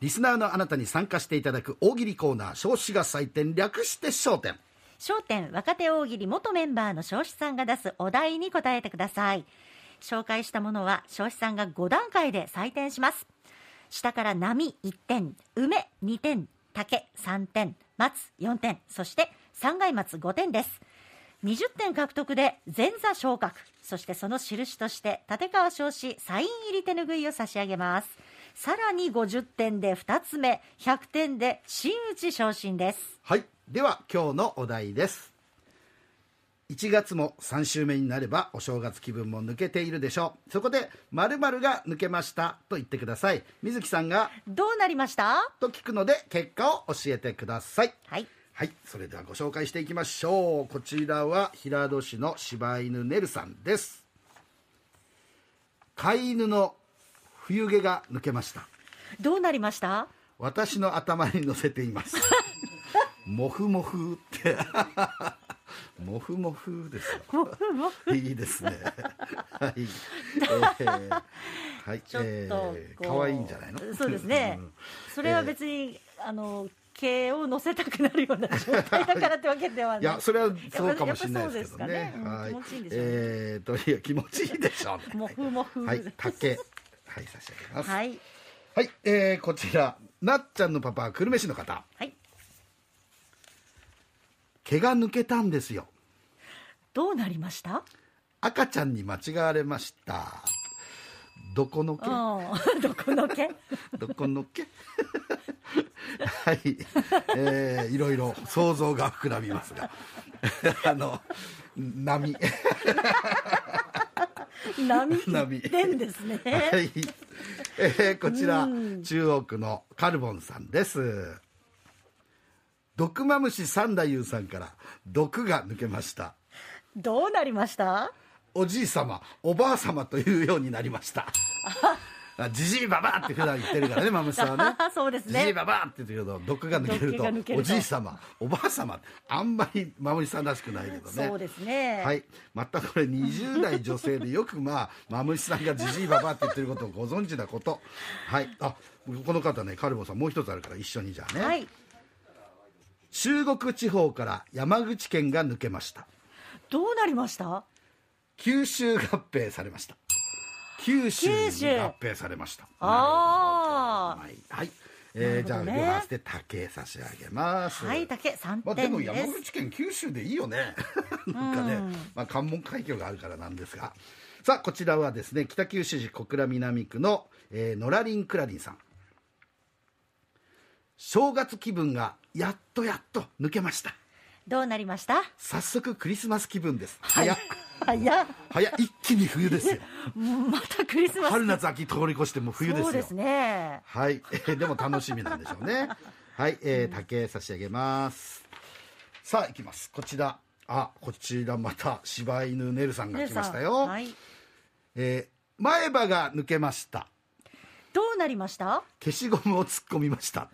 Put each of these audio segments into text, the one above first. リスナーのあなたに参加していただく大喜利コーナー、少子が採点、略して焦点。焦点若手大喜利元メンバーの彰子さんが出すお題に答えてください紹介したものは彰子さんが5段階で採点します下から波1点梅2点竹3点松4点そして三階松5点です20点獲得で前座昇格そしてその印として立川彰子サイン入り手ぬぐいを差し上げますさらに50点で2つ目100点で真打ち昇進ですはい。では、今日のお題です。1月も3週目になればお正月気分も抜けているでしょう。そこで、〇〇が抜けましたと言ってください。水木さんがどうなりましたと聞くので、結果を教えてください。はいはい、それではご紹介していきましょう。こちらは平戸市の柴犬ねるさんです。飼い犬の冬毛が抜けました。どうなりました私の頭に乗せています。 もふもふって。 もふもふですよ。いいですね。はい。えーはい。ちょっとえーこう可愛いんじゃないの。そうですね、それは別に、あの毛を乗せたくなるような状態だからってわけではないいや、それはそうかもしれないですけどやっねぱ。そうですかねはうんい気持ちいいん。でしょうねえーと、いや、気持ちいいでしょうね。もふもふはい、竹。はい、差し上げます。は、はいいえーこちら、なっちゃんのパパ、久留米市の方。はい毛が抜けたんですよ。どうなりました赤ちゃんに間違われました。どこのう毛ん どこの毛どこの毛 はい、えーいろいろ想像が膨らみますが。 あの、波。波 波でんですね はい、えーこちら、中央区のカルボンさんです。毒マムシ三太夫さんから毒が抜けました。どうなりました。おじい様、おばあ様というようになりました。あじじいばばって普段言ってるからね、マムシさんはね そうですじじいねばばって言うけど、毒が抜ける毒が抜けと、るとおじい様、おばあ様、あんまりマムシさんらしくないけどね。そうですねはい、またこれ20代女性でよくまあマムシさんがじじいばばって言ってることをご存知なことはいあこの方ねカルボさんもう一つあるから一緒にじゃあね、はい中国地方から山口県が抜けましたどうなりました九州合併されました九州に九州合併されましたあはい、はいえーじゃあなるほど両ね合わせて竹差し上げますあはい竹三まあ、で点もで山す口県九州でいいよねなんかね、まあ、関門海峡があるからなんですがさあこちらはですね北九州市小倉南区の、えー、のらりんくらりんさん正月気分がやっとやっと抜けましたどうなりました早速クリスマス気分です早っあいや早っ一気に冬ですよ またクリスマス春夏秋通り越してもう冬ですよそうですねはい、 えーでも楽しみなんでしょう ね。はい、えー、竹差し上げます。さあ、いきます。こちら。あ、こちらまた柴犬ねるさんが来ましたよ。はいえー前歯が抜けました。どうなりました消しゴムを突っ込みま した。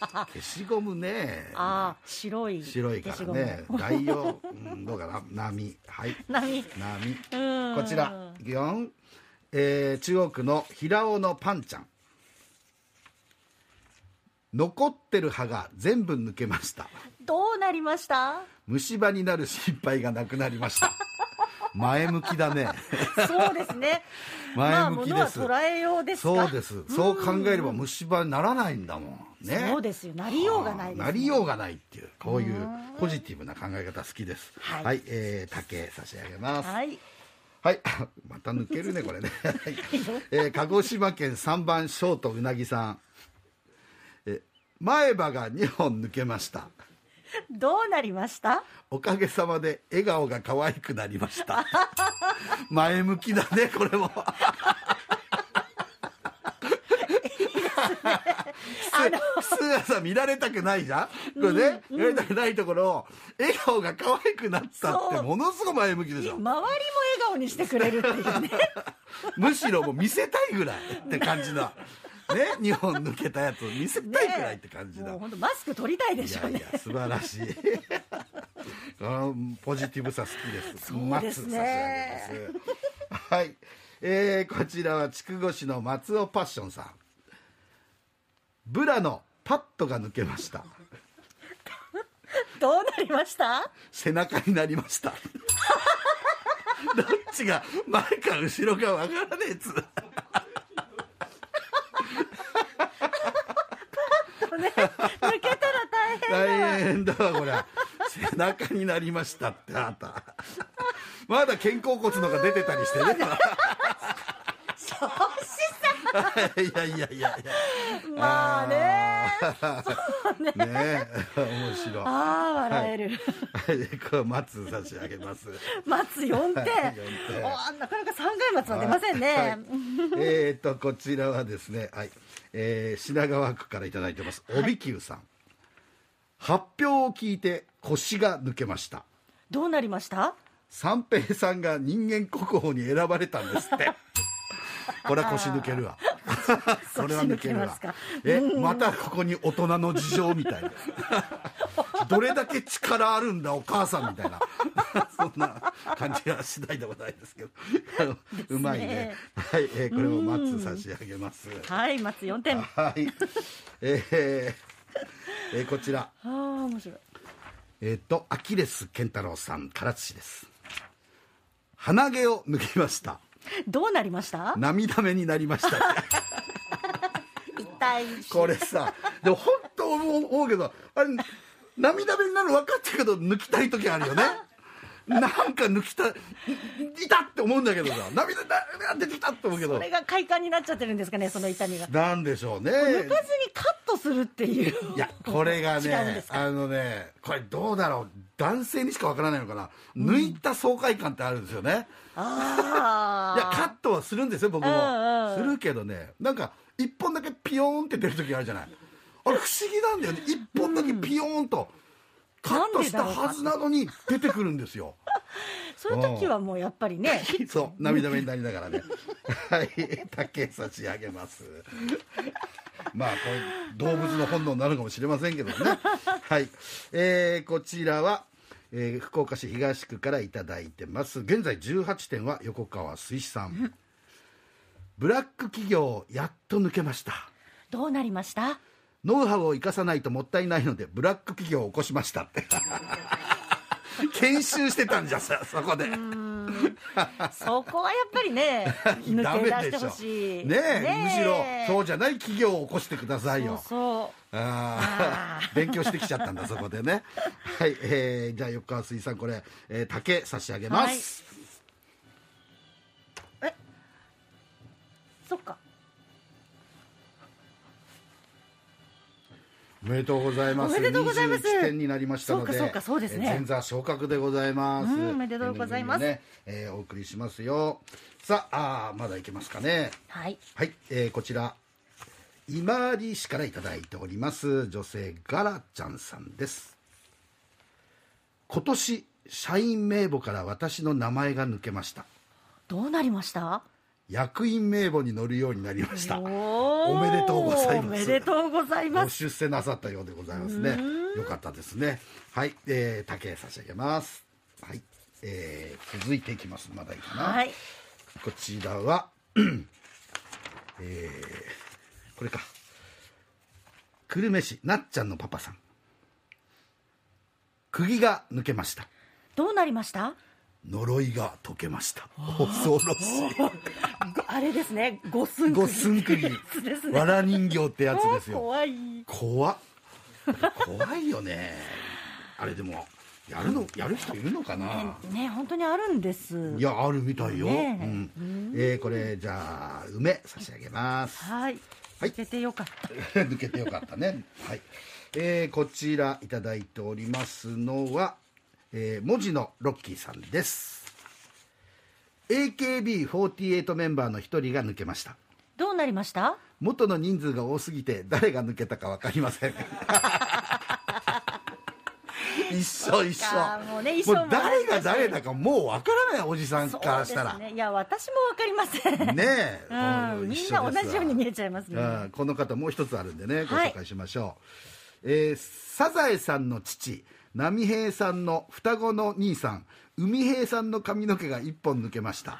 消しゴムね。ああ白い白いからね。代用、うん、どうかな、波。はい。波波。うんこちら、いくよ。えー、中央区の平尾のパンちゃん。残ってる歯が全部抜けました。どうなりました虫歯になる心配がなくなりました。前向きだね。そうですね 前向きまあです。物は捉えようですかそうです。そう考えれば虫歯にならないんだもん。ね。そうですよなりようがないですあねーなりようがないっていう、こういうポジティブな考え方好きです。は、はいいえー竹差し上げます。はいはい、 また抜けるね、これ ね。はいえー鹿児島県3番ショートうなぎさん。え前歯が2本抜けました。どうなりましたおかげさまで笑顔が可愛くなりました。 前向きだね、これも。普通はさ見られたくないじゃんこれね、見られたくないところを笑顔が可愛くなったってそうものすごい前向きでし周りょも笑顔にしてくれるってい うねむしろもう見せたいぐらいって感じだ。ね、日本抜けたやつを見せたいぐらいって感じだ。もう本当マスク取りたいでいしやょういねや、素晴らしい。あのポジティブさ好きです。そうです松差し上ねげますはい。えーこちらは筑後市の松尾パッションさん。ブラのパッドが抜けましたどうなりました背中になりました どっちが前か後ろかわからねえつこれ抜けたら大変大変だわこれ背中になりましたってあなたまだ肩甲骨のが出てたりしてね少子いやい やいやいやさんまあねねえ面白いはああ笑える、いこれ松差し上げます 松4点はい四点おなかなか三回松は出ませんね、はいえっとこちらはですね、はいえー品川区からいただいてます帯久さん、発表を聞いて腰が抜けましたどうなりました三平さんが人間国宝に選ばれたんですってこれは腰抜けるわそれは抜けるわ腰抜けますかえまたここに大人の事情みたいなどれだけ力あるんだお母さんみたいなそんな感じはしないでもないですけどあのうまいねはい、えーこれも松差し上げますはい松4点あはいえーえーこちらあ面白いえっ、と、アキレス健太郎さん、唐津市です。鼻毛を抜きました。どうなりました涙目になりました。 一体これさ、でも本当思うけど、あれ、涙目になるの分かってるけど、抜きたい時あるよね。なんか抜きたい、いたって思うんだけどさ、涙だ出てきたって思うけこどれ、が快感になっちゃってるんですかねその痛みがなんでしょうね。抜かずにカットするって いういやこれが違うんでねすかあのねこれどうだろう男性にしかわからないのかな、抜いた爽快感ってあるんですよねあいやカットはするんですよ僕も、うんうんするけどねなんか一本だけピヨーンって出る時あるじゃないあれ不思議なんだよね一本だけピヨーンとカットしたはずなのに出てくるんですよそういう時はもうやっぱりねそう涙目になりながらね はい竹差し上げますまあこういう動物の本能になるかもしれませんけどねはい、えーこちらは、えー福岡市東区からいただいてます現在18点は横川水さんブラック企業やっと抜けましたどうなりましたノウハウを生かさないともったいないのでブラック企業を起こしましたって 研修してたんじゃさそこでそこはやっぱりね ダ抜メでけ出しょしてほしいねえむしろそうじじゃない企業を起こしてくださいよそうあ あ勉強してきちゃったんだそこでねはい、えーじゃあ横川水産これ、えー竹差し上げます、そっかおめでとうございますおめでとうございます21点になりましたのでそうかそうかそうですねえー前座昇格でございます、うんおめでとうございますエンディングにねえーお送りしますよさああーまだいけますかねはいはい、えーこちら今里市からいただいております女性ガラちゃんさんです今年社員名簿から私の名前が抜けましたどうなりました役員名簿に載るようになりましたおおめでとうございますおめでとうございまごす出世なさったようでございますねよかったですねはい、えー、竹へ差し上げますはい、えー続いていきますまだいいかな、はいこちらは、 えーこれか。久留米市、なっちゃんのパパさん。釘が抜けました。どうなりました呪いが解けました。恐ろしごあれですね五寸い。釘五寸釘です。ねわら人形ってやつですおーよ。怖い怖っ怖いよね。あれでも、やるの、やる人いるのかなね本当にあるんですいや、あるみたいよ。ねえうん。えーこれ、じゃあ、梅差し上げます。はいはい抜けてよかった 抜けてよかったね。はい。えーこちらいただいておりますのは、えー文字のロッキーさんです。AKB48 メンバーの一人が抜けました。どうなりました元の人数が多すぎて誰が抜けたかわかりませ ん。一緒一か緒。もうね一緒ももう誰が誰だかもうわからないおじさんからしたら。そうねですねいや私もわかりませんえ、うん、みんな同じように見えちゃいますね。うんこの方もう一つあるんでねごはい紹介しましょう、えーサザエさんの父波平さんの双子の兄さん海平さんの髪の毛が一本抜けました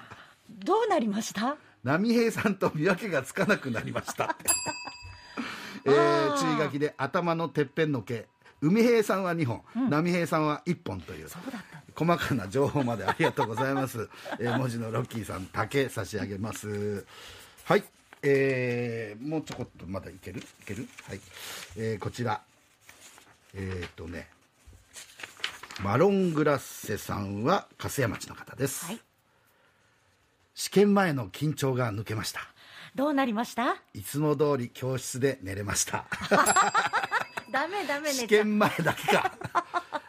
どうなりました？ 波平さんと見分けがつかなくなりましたえー磨きで頭のてっぺんの毛海平さんは2本、波平さんは1本というそうだった細かな情報までありがとうござい ます、えー文字のロッキーさん竹差し上げますはいえー、もうちょこっとまだいけるいけるはい、えー、こちらえー、っとねマロングラッセさんは粕谷町の方です、はい試験前の緊張が抜けましたどうなりましたいつも通り教室で寝れましたダメダメ試寝ちゃう験前だけか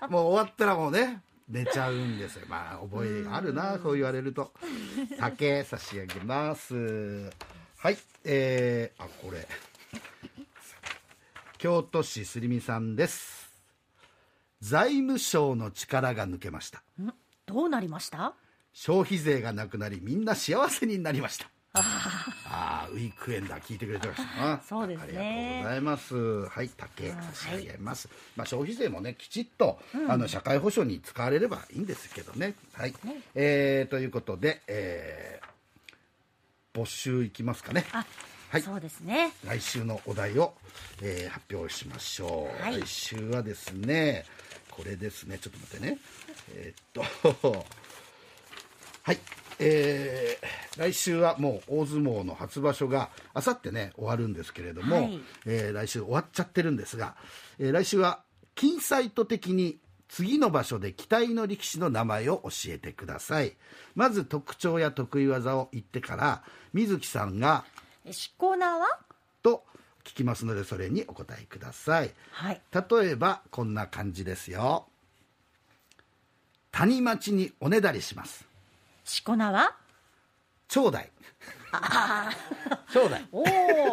もう終わったらもうね寝ちゃうんですよまあ覚えあるなこう言われると竹差し上げますはいえー、あこれ京都市すりみさんです財務省の力が抜けましたんどうなりました消費税がなくなりみんな幸せになりましたああウィークエンダー聞いてくれてましたな そうですねありがとうございますはい竹差し上げます、まあ、消費税もねきちっと、あの社会保障に使われればいいんですけどねはい、えー、ということで、えー、募集いきますかねあ、はいそうですね来週のお題を、えー発表しましょう、はい来週はですねこれですねちょっと待ってねえーっとはいえー来週はもう大相撲の初場所があさってね終わるんですけれども、はいえー来週終わっちゃってるんですが、えー来週は金サイト的に次の場所で期待の力士の名前を教えてくださいまず特徴や得意技を言ってから水木さんがえ執行ナーはと聞きますのでそれにお答えくださいはい例えばこんな感じですよ谷町におねだりします執行ナーは長 代長代お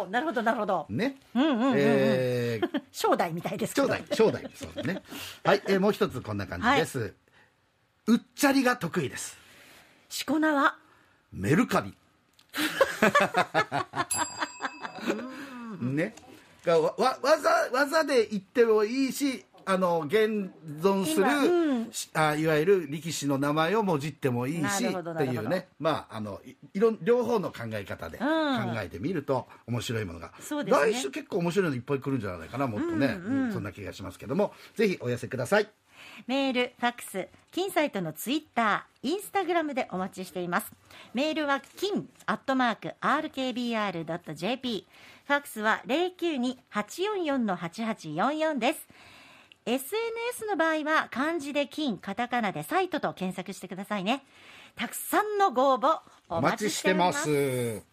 おなるほどなるほどねうんうんうんうんえー正代みたいですけ長ど代長代そうですねはい、えーもう一つこんな感じです、うっちゃりが得意です執行ナーはメルカビねがわわ技技で言ってもいいしあの現存する今、うんしあいわゆる力士の名前をもじってもいいなしるほどっていなるうほどねまああのいいろん両方の考え方で考んえてみると面白いものが、そうですね来週結構面白いのいっぱい来るんじゃないかなもっとね、うんそんな気がしますけどもぜひお寄せください。メール、ファックス、金サイトのツイッター、インスタグラムでお待ちしています。メールは金アットマーク rkbr.jp、ファックスは零九二八四四の八八四四です。SNS の場合は漢字で金、カタカナでサイトと検索してくださいね。たくさんのご応募おお待待ちちししててま。ますす。